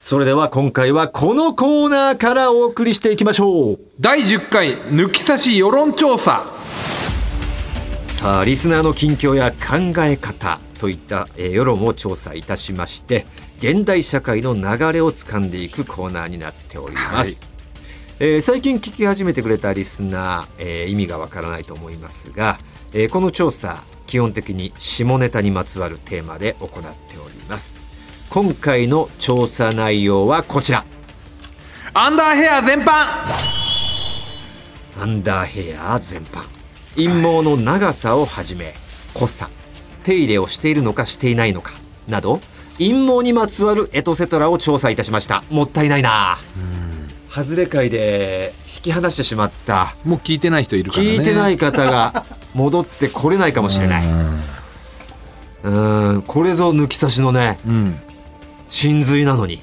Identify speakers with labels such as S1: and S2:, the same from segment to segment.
S1: それでは今回はこのコーナーからお送りしていきましょう。
S2: 第10回抜き差し世論調査
S1: さあ、リスナーの近況や考え方といった、えー世論を調査いたしまして、現代社会の流れを掴んでいくコーナーになっております。えー最近聞き始めてくれたリスナー、えー意味がわからないと思いますが、えーこの調査基本的に下ネタにまつわるテーマで行っております今回の調査内容はこちら
S2: アンダーヘア全般
S1: アンダーヘア全般陰毛の長さをはじめ濃さ手入れをしているのかしていないのかなど陰毛にまつわるエトセトラを調査いたしましたもったいないな外れ会で引き離してしまった
S2: もう聞いてない人いるからね
S1: 聞いてない方が戻ってこれないかもしれないうんこれぞ抜き差しのね
S2: うん
S1: 真髄なのに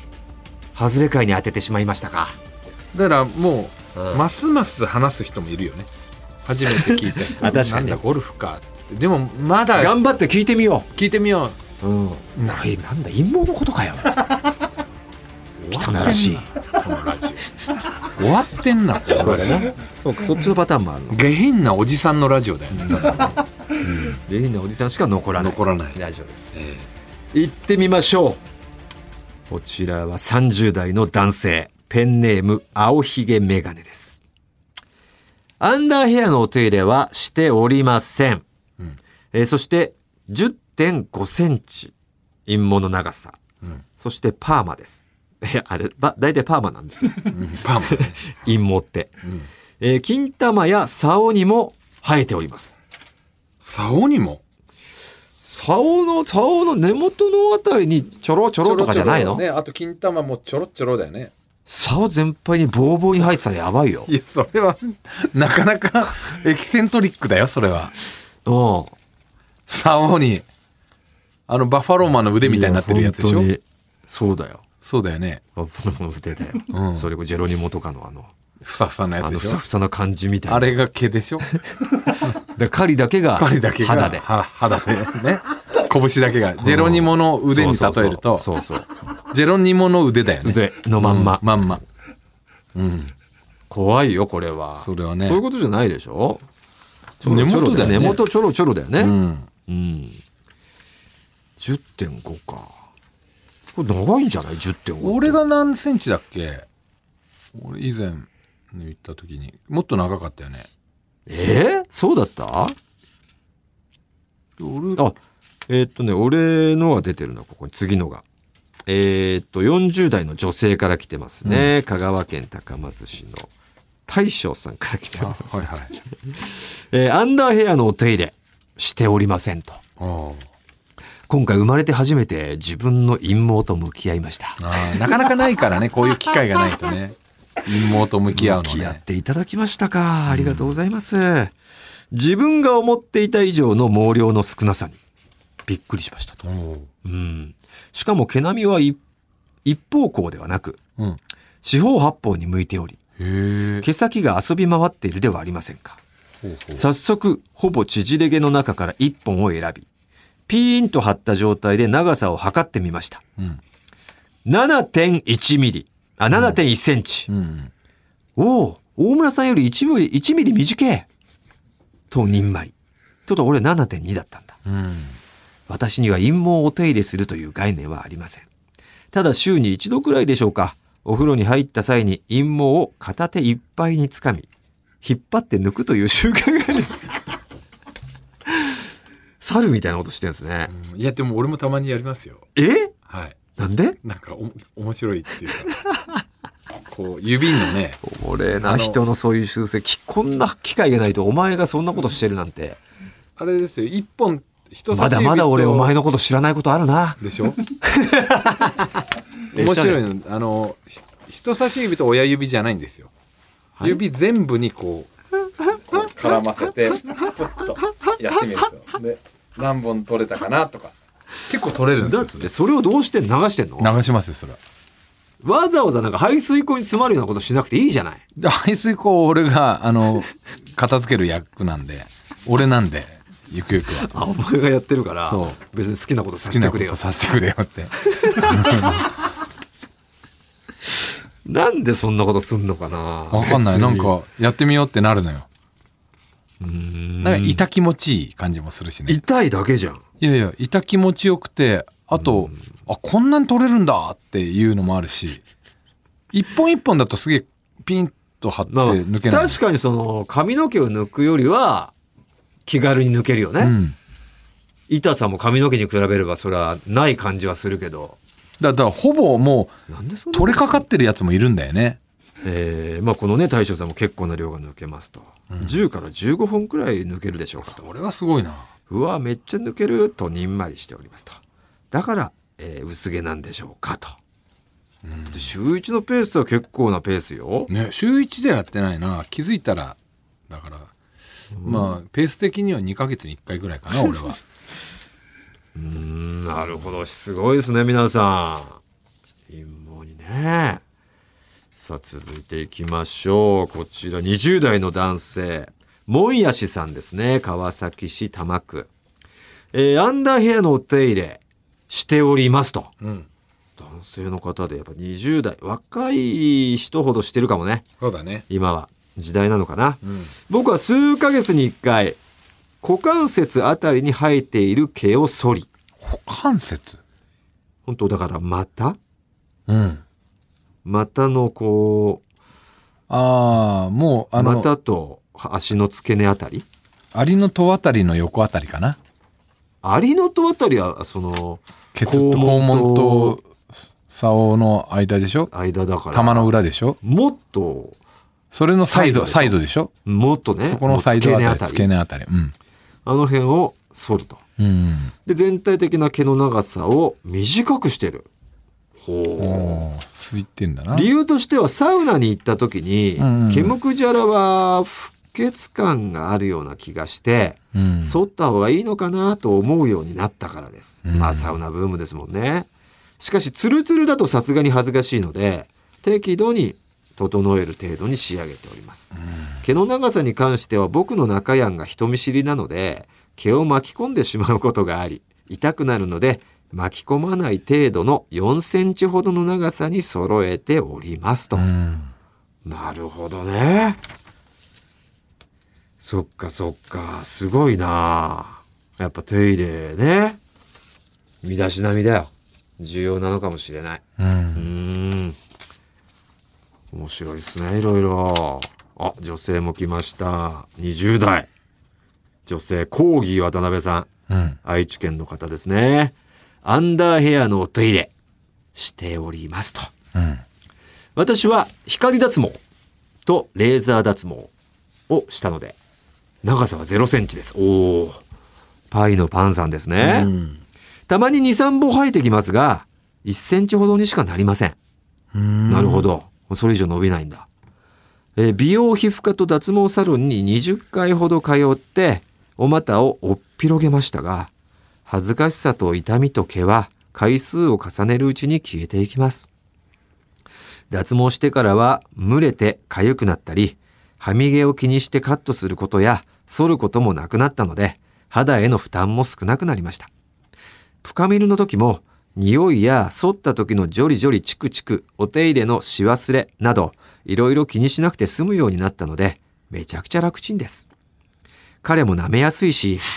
S1: 外れ会に当ててしまいましたか
S2: だからもう、
S1: うん
S2: ますます話す人もいるよね初めて聞いた
S1: あ確
S2: 人
S1: か
S2: な
S1: に
S2: んだゴルフかってでもまだ
S1: 頑張って聞いてみよ
S2: 聞いてみよ
S1: う、うん、
S2: う
S1: ななんだ陰謀のことかよ汚らしい
S2: このラジオ終わってんなこの
S1: そう
S2: ラジオ
S1: だねそうかそっちのパターンもあるの
S2: 下品なおじさんのラジオだよね、
S1: 下品なおじさんしか残らない
S2: 残らない
S1: ラジオです
S2: え
S1: 行ってみましょうこちらは30代の男性ペンネーム青ひげメガネですアンダーヘアのお手入れはしておりません、
S2: うん
S1: えーそして10.5センチ陰毛の長さ
S2: ーうん
S1: そしてパーマですいやあれば大体パーマなんですよ
S2: うんパンもね、
S1: 陰毛って、
S2: うん、
S1: えー金玉や竿にも生えております
S2: 竿にも
S1: 竿の竿の根元のあたりにちょろちょろとかじゃないの
S2: ねあと金玉もちょろちょろだよね
S1: 竿全般にボーボーに入ってたらやばいよ。
S2: いやそれはなかなかエキセントリックだよそれは
S1: うん。
S2: 竿にあのバッファローマンの腕みたいになってるやつでしょ
S1: いや本当にそうだよ。
S2: そうだよね
S1: あこの腕だよ。
S2: うん
S1: それこそジェロニモとかのあの、
S2: ふさふさなや
S1: あ
S2: つ
S1: の
S2: で
S1: ふ
S2: しょ
S1: さふさな感じみたいな。
S2: あれが毛でしょ
S1: で狩りだけが
S2: 彼だけが
S1: 肌で。
S2: は肌でね拳だけがジェロニモの腕に例えると
S1: そうそうそうそう
S2: ジェロニモの腕だよね
S1: 腕のまんま
S2: うんまんまうん
S1: 怖いよ、これは。
S2: それはね
S1: そういうことじゃないでしょちょ
S2: 根
S1: ろちょろ
S2: 元だよね
S1: 根元ちょろちょろだよね。
S2: うん
S1: うん。10.5か。これ長いんじゃない ?10.5。
S2: 俺が何センチだっけ俺以前行った時にもっと長かったよね
S1: えーそうだった
S2: 俺
S1: あえーっとね俺のが出てるなここに次のがえーっと40代の女性から来てますね、香川県高松市の大将さんから来て
S2: あ
S1: ま
S2: は
S1: す、
S2: いはい
S1: えーアンダーヘアのお手入れしておりませんと
S2: あ
S1: 今回生まれて初めて自分の陰謀と向き合いました
S2: あーなかなかな いからねこういう機会がないとね妹向き合うの
S1: 向き合っ
S2: ね
S1: ていただきましたかありがとうございます、自分が思っていた以上の毛量の少なさにびっくりしましたと、うん、しかも毛並みは一一方向ではなく
S2: うんへ
S1: 四方八方に向いており、
S2: え
S1: 毛先が遊び回っているではありませんか。
S2: ほうほう
S1: 早速、ほぼ縮れ毛の中から一本を選び、ピーンと張った状態で長さを測ってみました。
S2: うん
S1: 7.1ミリ。あ、7.1センチ。
S2: うん
S1: おお、大村さんより1ミリ、1ミリ短い。と、にんまり。ちょっと俺7.2だったんだ。
S2: うん
S1: 私には陰謀をお手入れするという概念はありません。ただ週に一度くらいでしょうか。お風呂に入った際に陰謀を片手いっぱいにつかみ、引っ張って抜くという習慣があります。 猿みたいなことしてるんですね。
S2: いやでも俺もたまにやりますよ
S1: え
S2: はい
S1: なんで
S2: なんかお面白いっていう かこう指のね
S1: 俺
S2: あ
S1: な
S2: の
S1: 人のそういう習性、きこんな機会がないとお前がそんなことしてるなんて。
S2: あれですよ一本人差
S1: ま
S2: し指
S1: だ
S2: と
S1: まだ俺お前のこと知らないことあるな。
S2: でしょ面白いのあのひ人差し指と親指じゃないんですよ、指全部にこうこう 絡ませてプッとやってみるんです よで何本取れたかなとか結構取れるん
S1: だっ
S2: です
S1: て
S2: よ
S1: それをどうして流してんの
S2: 流しますよそれ
S1: わざわざなんか排水溝に詰まるようなことしなくていいじゃない。
S2: で排水溝を俺があの片付ける役なんで俺なんでゆくゆくは
S1: あお前がやってるから
S2: そ
S1: 別に好きなことさ
S2: 好
S1: せ
S2: き
S1: て
S2: な
S1: く
S2: こ
S1: れよ
S2: とさせてくれよって
S1: なんでそんなことすんのかなわ
S2: わかんない。なんか、やってみようってなるのよ。なんか、痛気持ちいい感じもするしね。
S1: 痛いだけじゃん
S2: いやいや、痛気持ちよくて、あと、あ、こんなに取れるんだっていうのもあるし、一本一本だとすげえピンと張って
S1: まあ、
S2: 抜けない。
S1: 確かにその髪の毛を抜くよりは気軽に抜けるよね、
S2: うん。
S1: 痛さも髪の毛に比べればそれはない感じはするけど
S2: だだから、ほぼも
S1: なんでそん
S2: う、
S1: な
S2: 取れかかってるやつもいるんだよね。
S1: えーまあ、このね大将さんも結構な量が抜けますと、10から15本くらい抜けるでしょうかと
S2: 俺はすごいな。
S1: うわめっちゃ抜けるとにんまりしておりますとだから、えー薄毛なんでしょうかと、だって週一のペースは結構なペースよ、
S2: ね、週1ではやってないな。気づいたら、だから、まあ、ペース的には2ヶ月に1回ぐらい かな、俺は。
S1: うんなるほどすごいですね皆さん陰謀にねさあ続いていきましょうこちら20代の男性もんやしさんですね川崎市多摩区えーアンダーヘアのお手入れしておりますと
S2: うん。
S1: 男性の方でやっぱ20代若い人ほどしてるかもね
S2: そうだね。
S1: 今は時代なのかな、
S2: ん
S1: 僕は数ヶ月に1回股関節あたりに生えている毛を剃り
S2: 股関節
S1: 本当だから股
S2: うん。
S1: 股のこ
S2: ああ、もう、
S1: う
S2: あの、
S1: 股と足の付け根あたり
S2: アリの戸あたりの横あたりかな。
S1: アリのとあたりはその
S2: ケツと肛門と竿の間でしょ
S1: 間だから
S2: 玉の裏でしょ
S1: もっと
S2: それのサイド、
S1: サ
S2: サ
S1: イ
S2: イ
S1: ド
S2: ドでしょ
S1: もっとね
S2: そこのサイド
S1: も
S2: あ
S1: う
S2: た
S1: 付け根あた
S2: り、付け
S1: り
S2: 根あたり。うん。
S1: あの辺を剃ると
S2: うん。
S1: で全体的な毛の長さを短くしてるほう
S2: おー、空いてんだな。
S1: 理由としてはサウナに行った時に、
S2: うんうん
S1: 毛むくじゃらは不潔感があるような気がして、
S2: うん。
S1: 剃った方がいいのかなと思うようになったからです、
S2: うん
S1: まあサウナブームですもんねしかしツルツルだとさすがに恥ずかしいので適度に整える程度に仕上げております、毛の長さに関しては僕の中やんが人見知りなので毛を巻き込んでしまうことがあり痛くなるので巻き込まない程度の4センチほどの長さに揃えておりますと、
S2: うん。
S1: なるほどね。そっかそっか、すごいなやっぱ手入れね。身だしなみだよ。重要なのかもしれない。
S2: う。
S1: うんーん。面白いですね、いろいろ。あ、女性も来ました。20代。女性、コーギー渡辺さん。
S2: うん。
S1: 愛知県の方ですね。アンダーヘアのお手入れしておりますと。
S2: うん。
S1: 私は光脱毛とレーザー脱毛をしたので長さは0センチですおおパイのパンさんですね、
S2: うん
S1: たまに23本生えてきますが1センチほどにしかなりません
S2: うん。
S1: なるほどそれ以上伸びないんだ、えー美容皮膚科と脱毛サロンに20回ほど通ってお股をおっ広げましたが恥ずかしさと痛みと毛は回数を重ねるうちに消えていきます脱毛してからは蒸れて痒くなったり、歯磨きを気にしてカットすることや剃ることもなくなったので、肌への負担も少なくなりました。深みるの時も、匂いや剃った時のジョリジョリチクチク、お手入れのし忘れなど、いろいろ気にしなくて済むようになったので、めちゃくちゃ楽ちんです。彼も舐めやすいし、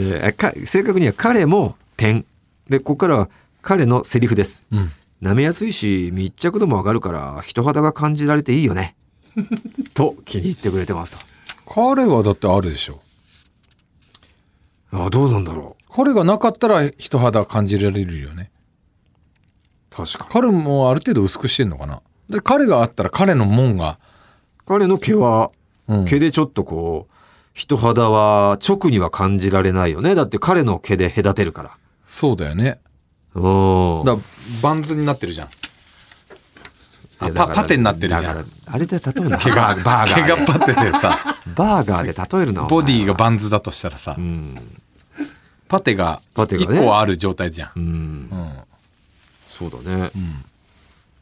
S1: えーか正確には彼も点。で、ここからは彼のセリフです。
S2: うん。
S1: 舐めやすいし密着度も上がるから人肌が感じられていいよ ねと気に入ってくれてます
S2: 彼はだってあるでしょ。
S1: あどうなんだろう
S2: 彼がなかったら人肌感じられるよね。
S1: 確か
S2: 彼もある程度薄くしてんのかな。で、彼があったら彼の門が、
S1: 彼の毛は、
S2: うん
S1: 毛でちょっとこう人肌は直には感じられないよねだって彼の毛で隔てるから
S2: そうだよね。
S1: うん
S2: だバンズになってるじゃん。あパパテになってるじゃ
S1: だか。
S2: ん
S1: らあれで例えるな
S2: 毛が、
S1: バーガー
S2: 毛がパテでさ、
S1: バーガーで例えるなお前
S2: ボディがバンズだとしたらさ、
S1: うん
S2: パテが
S1: パテがね
S2: 1個ある状態じゃ。
S1: うんん
S2: うん。
S1: そうだね、
S2: ん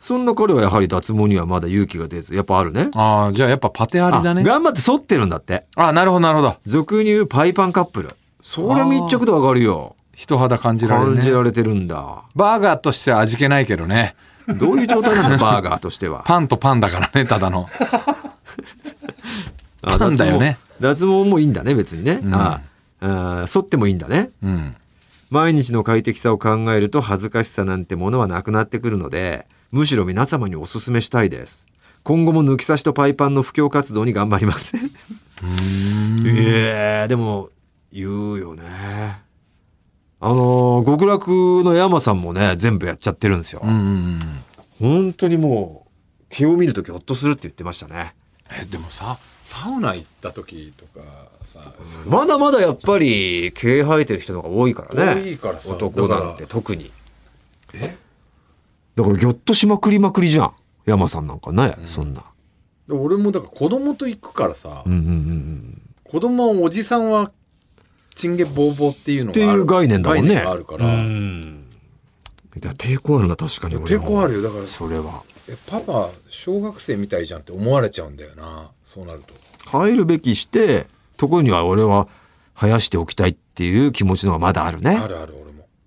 S1: そんな彼はやはり脱毛にはまだ勇気が出ずやっぱあるね
S2: ああ、じゃあやっぱパテありだね
S1: あ。頑張って剃ってるんだって
S2: あなるほど、なるほど。
S1: 俗に言うパイパンカップル。そりゃ密着度上がるよ。
S2: 人肌感じられる
S1: 感
S2: ね
S1: じられてるんだ。
S2: バーガーとしては味気ないけどね
S1: どういう状態なのバーガーとしては。
S2: パンとパンだからねただ の
S1: あ
S2: パンだよね
S1: 脱毛脱毛もいいんだね、別にね。
S2: ん
S1: あああー剃ってもいいんだね。
S2: うん
S1: 毎日の快適さを考えると恥ずかしさなんてものはなくなってくるので、むしろ皆様にお勧めしたいです。今後も抜き差しとパイパンの布教活動に頑張ります。ええでも、言うよね。あのー極楽の山さんもね、全部やっちゃってるんですよ。
S2: うんうんうん
S1: 本当にもう、毛を見るときほっとするって言ってましたね。
S2: えでもさサウナ行った時とかさ、
S1: まだまだやっぱり、毛生えてる人の方が多いからね。
S2: 多いからさ
S1: 男
S2: だ
S1: なん
S2: か
S1: て
S2: ら
S1: 特に。
S2: え
S1: だからぎょっとしまくりまくりじゃん山さんなんかね、そんな
S2: で俺もだから子供と行くからさ、
S1: うんうんうんうん
S2: 子供はおじさんはチンゲボーボーっていうの
S1: って
S2: があ
S1: い
S2: る
S1: う概念だもんね
S2: 概念があるから、
S1: うんいや抵抗あるな確かに
S2: 抵抗ある
S1: よ
S2: よだから
S1: それは
S2: えパパ小学生みたいじゃんって思われちゃうんだよなそうなると
S1: 入るべきしてところには俺は生やしておきたいっていう気持ちの方がまだあるね
S2: あるある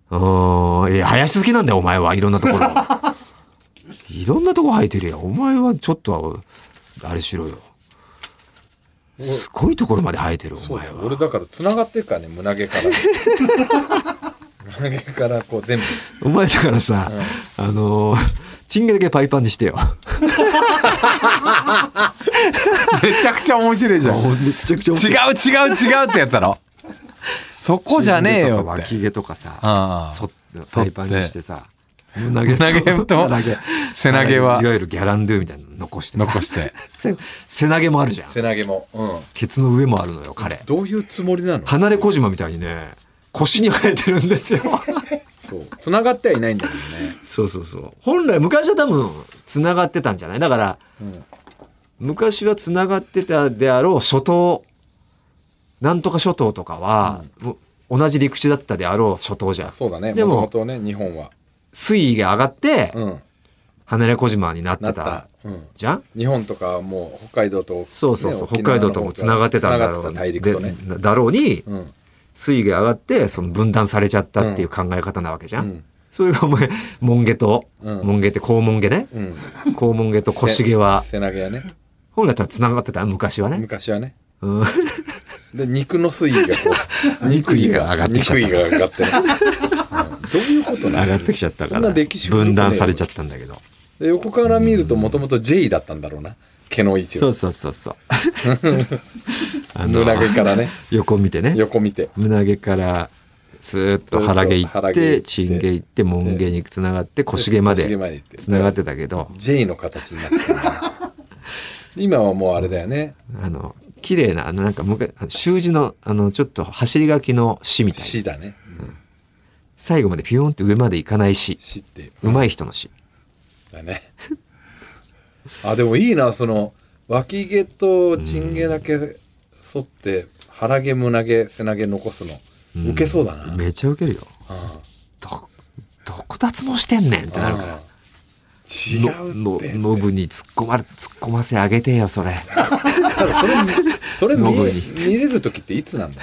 S2: 俺も
S1: うんいや生やし好きなんだよお前はいろんなところ いろんなとこ生えてるやんお前はちょっとあれしろよすごいところまで生えてるお
S2: そうだ
S1: 前
S2: よ
S1: は
S2: 俺だから繋がってるからね胸毛から 胸毛からこう全部
S1: お前だからさ、あのーチンゲだけパイパンにしてよ。
S2: めちゃくちゃ面白いじゃん違う
S1: めちゃくちゃ
S2: 違う違うってやった ろそこじゃねえよっ
S1: 脇
S2: て
S1: 毛とかさ
S2: あ、あ
S1: そ
S2: 剃
S1: パイ
S2: って
S1: パンにしてさ、胸
S2: 胸毛と背中はい
S1: わゆるギャランドゥみたいなの残してさ。
S2: 残して
S1: せ 背投げもあるじゃん。
S2: 背投げもうん
S1: ケツの上もあるのよ、彼。
S2: どういうつもりなの
S1: 離れ小島みたいにね、腰に生えてるんですよ。
S2: そう繋がってはいないんだけどね
S1: そうそうそう。本来、昔は多分、繋がってたんじゃないだから、昔は繋がってたであろう諸島、なんとか諸島とかは、もう同じ陸地だったであろう諸島じゃん。
S2: そうだね
S1: で
S2: もとも
S1: も、
S2: とね日本は
S1: 水位が上がって、
S2: うん
S1: 離れ小島になって
S2: な
S1: た
S2: ったうん
S1: じゃん
S2: 日本とかはもう北海道と、ね、
S1: そうそうそう、
S2: 沖
S1: 北
S2: 縄
S1: 海道
S2: の方
S1: とも繋がってたんだろう
S2: 繋がってた大陸とね
S1: でだろうに、
S2: うん
S1: 水位が上がって、その分断されちゃったっていう考え方なわけじゃん。
S2: うん
S1: それがお前、門下と、
S2: うん
S1: 門下って、肛門下ね。
S2: うん
S1: 肛門下と腰毛は、
S2: 背中やね
S1: 本来とは繋がってた昔はね。
S2: 昔はね
S1: うん、
S2: で肉の水位がこう
S1: 肉位が上がってきちゃった
S2: 肉位が上がってね、うんどういうことなの
S1: がってきちゃった
S2: そんな歴史
S1: 分断されちゃったんだけど。
S2: で横から見るともともと J だったんだろうな毛の位置
S1: そ
S2: が
S1: うそうそう そう。あの
S2: 胸毛からね
S1: 横見てね。
S2: 横見て
S1: 胸毛から、スーッと腹毛行
S2: 腹
S1: っ
S2: 毛行っ
S1: て、
S2: て
S1: チン毛行って、門毛に繋がって、腰毛ま
S2: 腰毛まで
S1: で
S2: 行って
S1: 繋がってたけど、
S2: J の形になって るな今はもうあれだよね
S1: あの、綺麗な、あの、なんか昔、あの習字の、あの、ちょっと走り書きの詩みたいな。
S2: 死だね、うん、
S1: 最後までピューンって上まで行かない詩。
S2: 死っていう
S1: 上手い人の詩。
S2: だねあでもいいなその脇毛とチン毛だけ剃って腹毛胸毛背中毛残すの受けそうだな、うん
S1: めっちゃウケるよ。ど、どこ脱毛してんねんってなるから。
S2: 違う
S1: のの
S2: って
S1: ノブに突っ込まれ突っ込ませあげてよそれ
S2: ただそれそれ見
S1: ノブに
S2: 見れる時っていつなんだ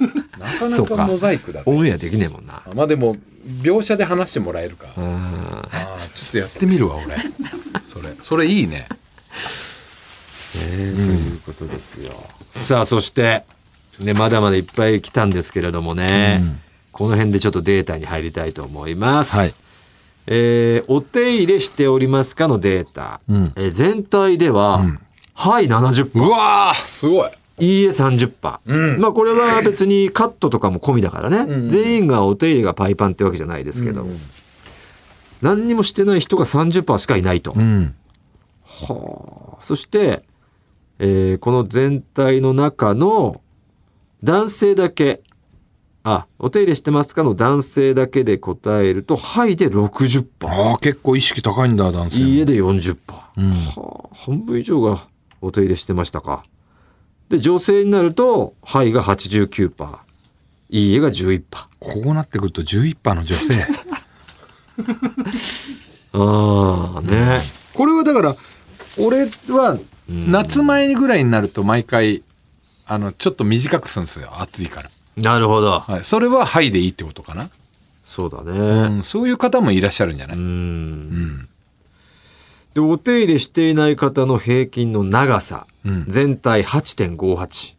S2: ろ うなか
S1: そ
S2: な
S1: う
S2: か
S1: か
S2: モザイクだぜ
S1: オンエアできねえもんな
S2: まあでも描写で話してもらえるか、あ
S1: あ
S2: あちょっとやってみるわ俺それそれいいね
S1: えということですよ、さあそして、ね、まだまだいっぱい来たんですけれどもね、この辺でちょっとデータに入りたいと思います、
S2: はい
S1: えーお手入れしておりますかのデータ、
S2: うん
S1: えー全体では、はい70%
S2: うわーすごい
S1: いいえ30%、
S2: うん
S1: まあこれは別にカットとかも込みだからね、
S2: うん
S1: 全員がお手入れがパイパンってわけじゃないですけど、何にもしてない人が30%しかいないと、
S2: ん
S1: そして、えーこの全体の中の男性だけあお手入れしてますかの男性だけで答えると「はい」で60%
S2: ああ結構意識高いんだ男性も
S1: いいえで40%、
S2: ん
S1: はあ、半分以上がお手入れしてましたかで女性になると「はい」が89%いいえが11%あ
S2: こうなってくると11%の女性
S1: あね
S2: これはだから俺は夏前ぐらいになると毎回あのちょっと短くするんですよ暑いから
S1: なるほど。
S2: はい、それは「はい」でいいってことかな、
S1: そうだ
S2: う
S1: ね。
S2: ん、そういう方もいらっしゃるんじゃな
S1: う
S2: い、
S1: ん。
S2: うん
S1: で、お手入れしていない方の平均の長さ、
S2: うん
S1: 全体8.58。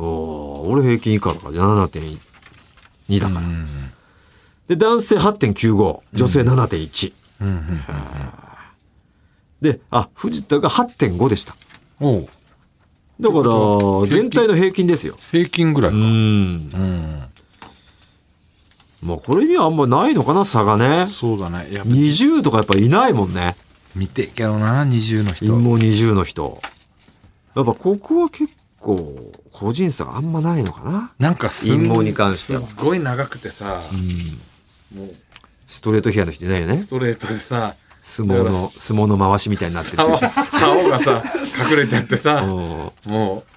S1: おお、俺平均以下だから、7.2だから。
S2: うん
S1: で、男性8.95、女性7.1。
S2: うんうん
S1: で、あ、藤田が8.5でした。
S2: おう
S1: だから、全体の平均ですよ。
S2: 平均ぐらいうか、
S1: ん。
S2: うん、
S1: まあ、これにはあんまないのかな、差がね。
S2: そうだねやっぱ
S1: 20とかやっぱいないもんね。
S2: 見てえけどな20の
S1: 陰
S2: 人
S1: 謀20の人。やっぱここは結構、個人差があんまないのかな。
S2: なんかすん
S1: 陰謀に関しては
S2: すっごい長くてさ、もう
S1: ストレートヒアの人いないよね
S2: ス。トレートでさ
S1: 相撲の、相撲の回しみたいになってる人いる
S2: 竿
S1: じゃん。
S2: 竿がさ隠れちゃってさ
S1: うん
S2: もう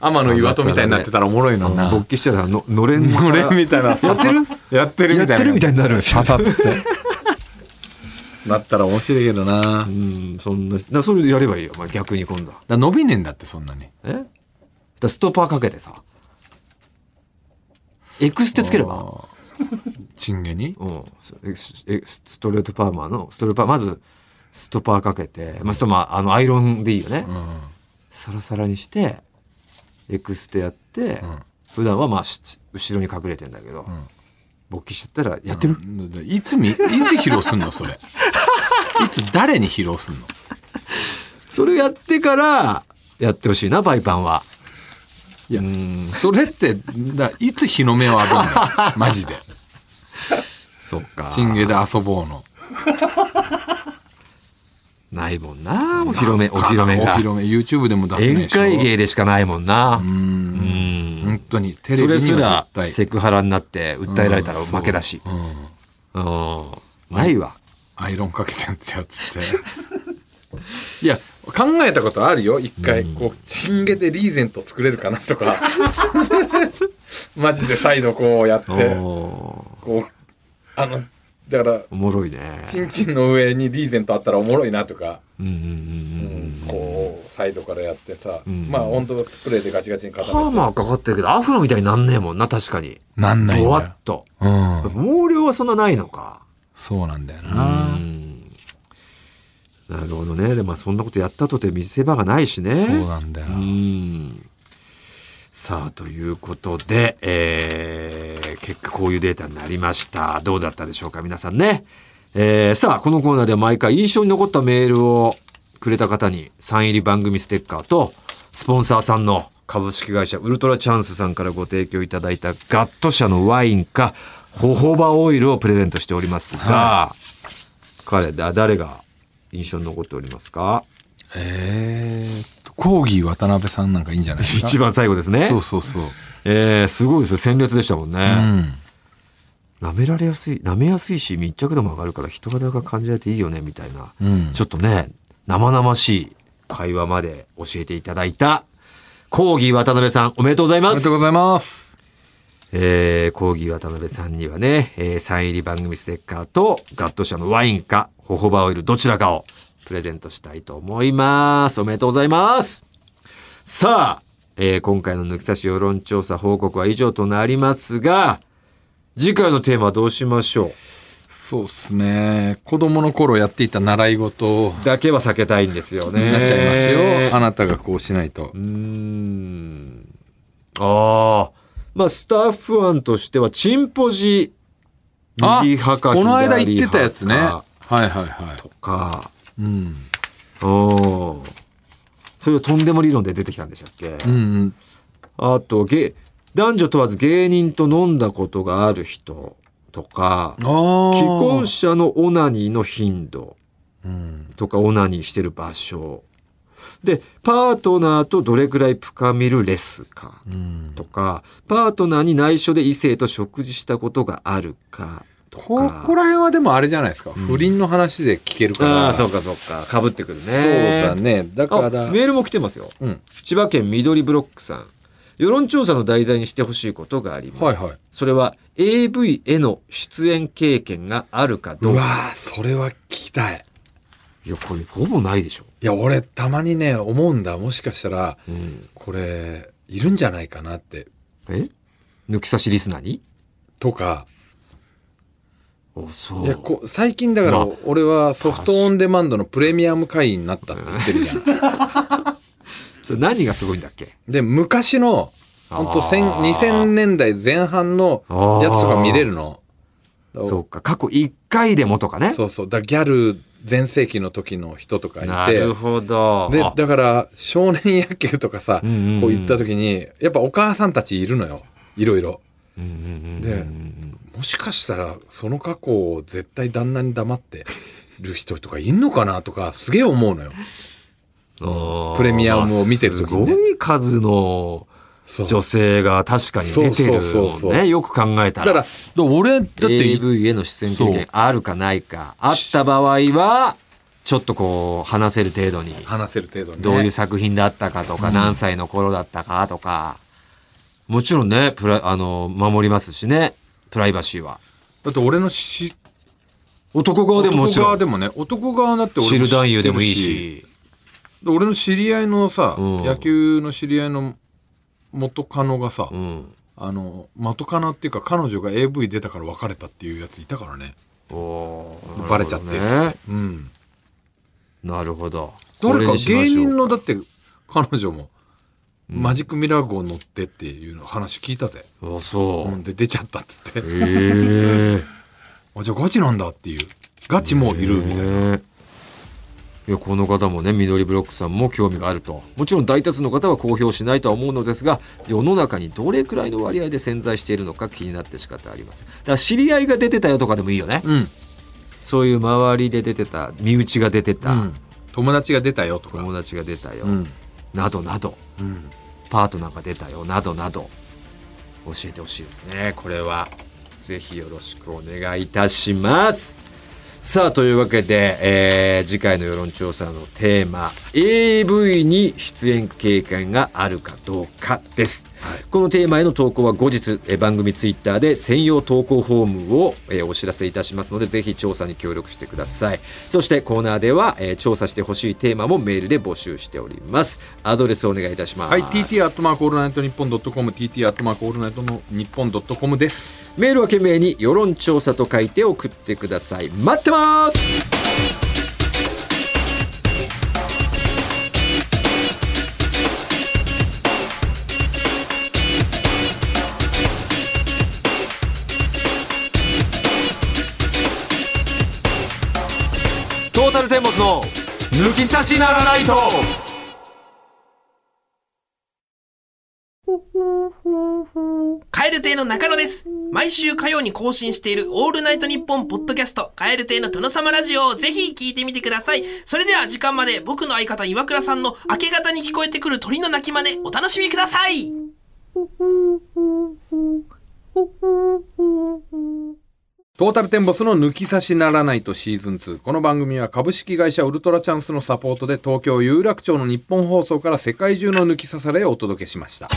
S2: 天の岩戸みたいになってたらおもろいのにな、
S1: 勃起したらの、のれんが
S2: これみたいなさ
S1: やってる
S2: やってるみたいな
S1: やってるみたいになる。
S2: 刺さってなったら面白いけどな、だ
S1: う
S2: か
S1: ん、そんな、なそれでやればいいよ。まあ、逆に今度は。
S2: ら伸びねえんだってそんなに
S1: えだからストッパーかけてさ。エクステつければ
S2: チンゲに
S1: うん、そうえスえスストレートパーマのストレートパーマまずストパーかけて、まあ、ストまああのアイロンでいいよね、
S2: うん
S1: サラサラにしてエクステやって、
S2: ん
S1: 普段はまあし後ろに隠れてんだけど、勃起しちゃったらやってる、
S2: いつみいつ披露すんのそれいつ誰に披露すんの
S1: それやってからやってほしいなバイパンはい
S2: やそれってだいつ日の目を浴びるのマジで
S1: そっか
S2: チンゲで遊ぼうの
S1: ないもんなお披露目お披露目が
S2: お披露目 YouTube でも出せ
S1: 宴
S2: ねえし
S1: 会芸でしかないもんな
S2: う
S1: うんん
S2: 本当にテレビ
S1: それす
S2: には
S1: ら
S2: 絶対
S1: セクハラになって訴えられたら
S2: うんそう
S1: 負けだし、
S2: うん
S1: うんないわ
S2: アイロンかけて んすよつっていや考えたことあるよ一回、こうチンゲでリーゼント作れるかなとか マジで再度こうやって
S1: おー
S2: こうあのだから
S1: おもろいね。
S2: チンチンの上にリーゼントあったらおもろいなとか、
S1: うんうんうんうん。
S2: こうサイドからやってさ、
S1: ん
S2: まあ本当スプレーでガチガチに固
S1: パー
S2: めて
S1: マはかかってるけど、アフロみたいになんねえもんな、確かに。
S2: なん
S1: ぼわっと。
S2: うん
S1: 毛量はそんなないのか。
S2: そうなんだよ
S1: う、ん。なるほどね。でもまあそんなことやったとて見せ場がないしね。
S2: なんだよ
S1: うん。さあ、ということで、えー結果こういうデータになりました。どうだったでしょうか、皆さんね。えーさあ、このコーナーでは毎回印象に残ったメールをくれた方に、サイン入り番組ステッカーと、スポンサーさんの株式会社ウルトラチャンスさんからご提供いただいたガット社のワインか、ホホバオイルをプレゼントしておりますが、彼だ、誰が印象に残っておりますか
S2: えーっとコーギー渡辺さんなんかいいんじゃないですか
S1: 一番最後ですね。
S2: そうそうそう
S1: えー、すごいですよ。鮮烈でしたもん
S2: う
S1: ね。
S2: ん
S1: 舐められやすい、舐めやすいし、密着度も上がるから人肌が感じられていいよね、みたいな。
S2: うん
S1: ちょっとね、生々しい会話まで教えていただいた、コーギー渡辺さん、おめでとうござい
S2: あ
S1: ま
S2: りが
S1: す
S2: とう。ございます
S1: えー、コーギー渡辺さんにはね、えー、サイン入り番組ステッカーと、ガット社のワインか、ホホバオイル、どちらかをプレゼントしたいと思います。おめでとうございます。さあ、えー今回の抜き差し世論調査報告は以上となりますが、次回のテーマはどうしましょ
S2: そうっすね子供の頃やっていた習い事
S1: うだけは避けたいんですよね。
S2: になっちゃいますよ、あなたがこうしないと
S1: うーん。ああ。まあ、スタッフ案としては、チンポジ、
S2: あ
S1: 右派か
S2: この間
S1: 左
S2: 言っ
S1: 派
S2: てた
S1: か
S2: やつねはいはいはい
S1: とか、
S2: うん
S1: おーそれをとんでも理論で出てきたんでしたっけ、
S2: うんうん
S1: あとゲ男女問わず芸人と飲んだことがある人とか
S2: ああ
S1: 既婚者のオナニーの頻度
S2: うん
S1: とかオナニーしてる場所でパートナーとどれくらい深みるレスか
S2: うん
S1: とかパートナーに内緒で異性と食事したことがあるかと
S2: ここら
S1: か。
S2: 辺はでもあれじゃないですか、不倫の話で聞けるから
S1: ああ、そうかそうか。かぶってくるね。
S2: そうだねだ
S1: あ。
S2: から
S1: メールも来てますよ。
S2: うん
S1: 千葉県緑ブロックさん世論調査の題材にしてほしいことがあります、
S2: はいはい
S1: それは AV への出演経験があるかど
S2: う
S1: う
S2: わ
S1: か
S2: ーそれは聞きたい
S1: いやこれほぼないでしょ、
S2: いや俺たまにね思うんだもしかしたら
S1: うん、
S2: これいるんじゃないかなって
S1: え抜き差しリスナーに
S2: とか
S1: おそ
S2: いやこ最近だから
S1: まあ
S2: 俺はソフトオンデマンドのプレミアム会員になったって言ってるじゃん。
S1: それ何がすごいんだっけ
S2: で昔の本当千
S1: あー
S2: 2000年代前半のやつとか見れるの。だから
S1: そうか過去1回でもとかね
S2: そうそうだからギャル全盛期の時の人とか
S1: ない
S2: て
S1: るほど
S2: で
S1: あ
S2: だから少年野球とかさこ
S1: うんうんうん
S2: う行った時にやっぱお母さんたちいるのよいろいろ。
S1: うんうんうんうん
S2: でもしかしたらその過去を絶対旦那に黙ってる人とかいんのかなとかすげえ思うのよ。
S1: あー
S2: プレミアムを見てる時にね
S1: すごい数の
S2: そう
S1: 女性が確かに出てるもんね
S2: そうそうそうそう
S1: よく考えた
S2: だかららだ俺だって
S1: AV への出演経
S2: そ
S1: 験
S2: う
S1: あるかないかあった場合はちょっとこう話せる程度に
S2: 話せる程度にね
S1: どういう作品だったかとか、何歳の頃だったかとかもちろんねプラあの守りますしねプライバシーは
S2: だって俺の知
S1: 男側でももち
S2: 男
S1: ろ
S2: 側
S1: ん
S2: でもね男側だって俺
S1: 知る男優でもいい
S2: 知って
S1: し
S2: るし俺の知り合いのさ、
S1: うん
S2: 野球の知り合いの元カノがさ、
S1: うん
S2: あの元カノっていうか彼女が AV 出たから別れたっていうやついたからね
S1: おー
S2: バレちゃってっつ
S1: な
S2: って
S1: るほどね
S2: うん
S1: なるほど
S2: 誰
S1: これ
S2: か
S1: にしましょう
S2: 芸人のだって彼女も、マジックミラー号乗ってっていうの話聞いたぜ、
S1: あそう、
S2: うん、で出ちゃったっつって
S1: ええ
S2: あじゃあガチなんだっていうガチもういるみたいな、
S1: ねいやこの方もね緑ブロックさんも興味があるともちろん大多数の方は公表しないとは思うのですが世の中にどれくらいの割合で潜在しているのか気になって仕方ありませんだから知り合いが出てたよとかでもいいよね、
S2: うん
S1: そういう周りで出てた身内が出てた、
S2: うん友達が出たよとか
S1: 友達が出たよ、
S2: うん
S1: などなど
S2: うん
S1: パートナーが出たよなどなど教えてほしいですねこれはぜひよろしくお願いいたしますさあというわけで、えー次回の世論調査のテーマ AV に出演経験があるかどうかです、このテーマへの投稿は後日、えー番組ツイッターで専用投稿フォームを、えーお知らせいたしますのでぜひ調査に協力してくださいそしてコーナーでは、えー調査してほしいテーマもメールで募集しておりますアドレスお願いいたします
S2: はい、TT アットマークオールナイトニッポンドットコム、TT アットマークオールナイトの日本ドットコムです。
S1: メールは懸命に世論調査と書いて送ってください待ってますトータルテンボスの抜き差しならないと
S3: カエル亭の中野です。毎週火曜に更新しているオールナイトニッポンポッドキャスト、カエル亭の殿様ラジオをぜひ聞いてみてください。それでは時間まで僕の相方岩倉さんの明け方に聞こえてくる鳥の鳴き真似、お楽しみください。
S2: トータルテンボスの抜き差しならないとシーズン2。この番組は株式会社ウルトラチャンスのサポートで東京有楽町の日本放送から世界中の抜き差されをお届けしました。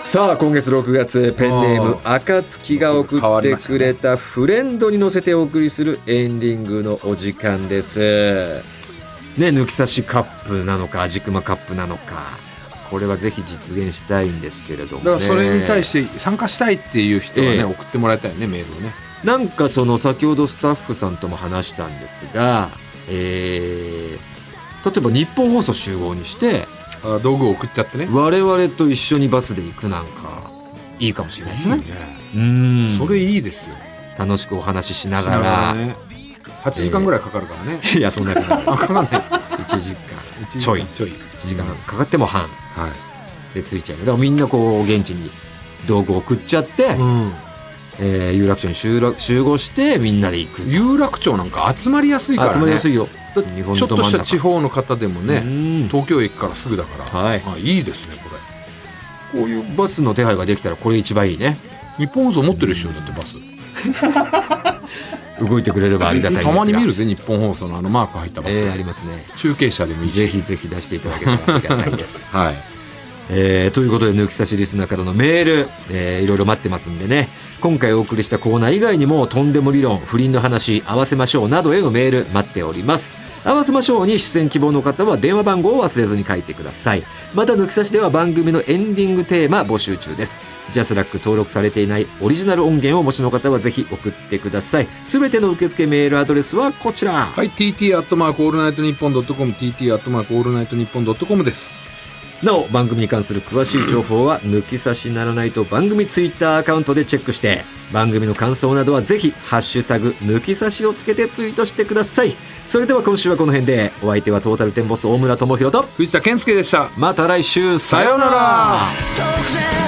S1: さあ今月6月ペンネーム
S2: あ
S1: 暁が送
S2: 変わ
S1: っ
S2: り
S1: て
S2: ました
S1: く
S2: ね
S1: れたフレンドに乗せてお送りするエンディングのお時間ですね抜き差しカップなのか味熊カップなのかこれはぜひ実現したいんですけれども、ね、
S2: だからそれに対してて参加したいっていう人はね、
S1: ええ
S2: 送ってもらいたいね、メールをね。
S1: なんかその先ほどスタッフさんとも話したんですがえー、例えば日本放送集合にして
S2: あ道具を送っちゃってね。
S1: 我々と一緒にバスで行くなんかいいかもしれないです
S2: いい
S1: ね
S2: ね。
S1: うん
S2: それいいですよ。
S1: 楽しくお話ししな
S2: し
S1: が
S2: な
S1: ら
S2: がらね。8時間ぐらいかかるからね。
S1: いやそんなこと ないで
S2: あ、かかんない ですか
S1: す1時間ちょい1
S2: ちょい。
S1: 時間かかっても半
S2: はい。
S1: で着いちゃうだからみんなこう現地に道具を送っちゃって、
S2: うん。
S1: えー有楽町に集落集合してみんなで行く
S2: 有楽町なんか集まりやすいからね
S1: 集まりやすいよ
S2: だって
S1: 日本
S2: ちょっとし
S1: ど真ん
S2: た
S1: 中
S2: 地方の方でも
S1: う
S2: ね
S1: ん
S2: 東京駅からすぐだから、
S1: はい
S2: あ、いいですねこれこういう
S1: バスの手配ができたらこれ一番いいね
S2: 日本放送持ってるでしょだってバス
S1: 動いてくれればありがたいんです
S2: た
S1: が
S2: まに見るぜ日本放送のあのマーク入ったバス、
S1: えーありますね
S2: 中継車でもいいし
S1: ぜひぜひ出していただけたらありがたいです、
S2: はい
S1: えーということで抜き差しリスナーからのメール、えーいろいろ待ってますんでね今回お送りしたコーナー以外にもとんでも理論不倫の話合わせましょうなどへのメール待っております合わせましょうに出演希望の方は電話番号を忘れずに書いてくださいまた抜き差しでは番組のエンディングテーマ募集中ですジャスラック登録されていないオリジナル音源をお持ちの方はぜひ送ってくださいすべての受付メールアドレスはこちら、
S2: はい TT アットマークオールナイトニッポンドットコム TT アットマークオールナイトニッポンドットコムです
S1: なお番組に関する詳しい情報は抜き差しならないと番組ツイッターアカウントでチェックして番組の感想などはぜひ「ハッシュタグ抜き差し」をつけてツイートしてくださいそれでは今週はこの辺でお相手はトータルテンボス大村智広と
S2: 藤田健介でした
S1: また来週
S2: さようなら
S4: 遠くで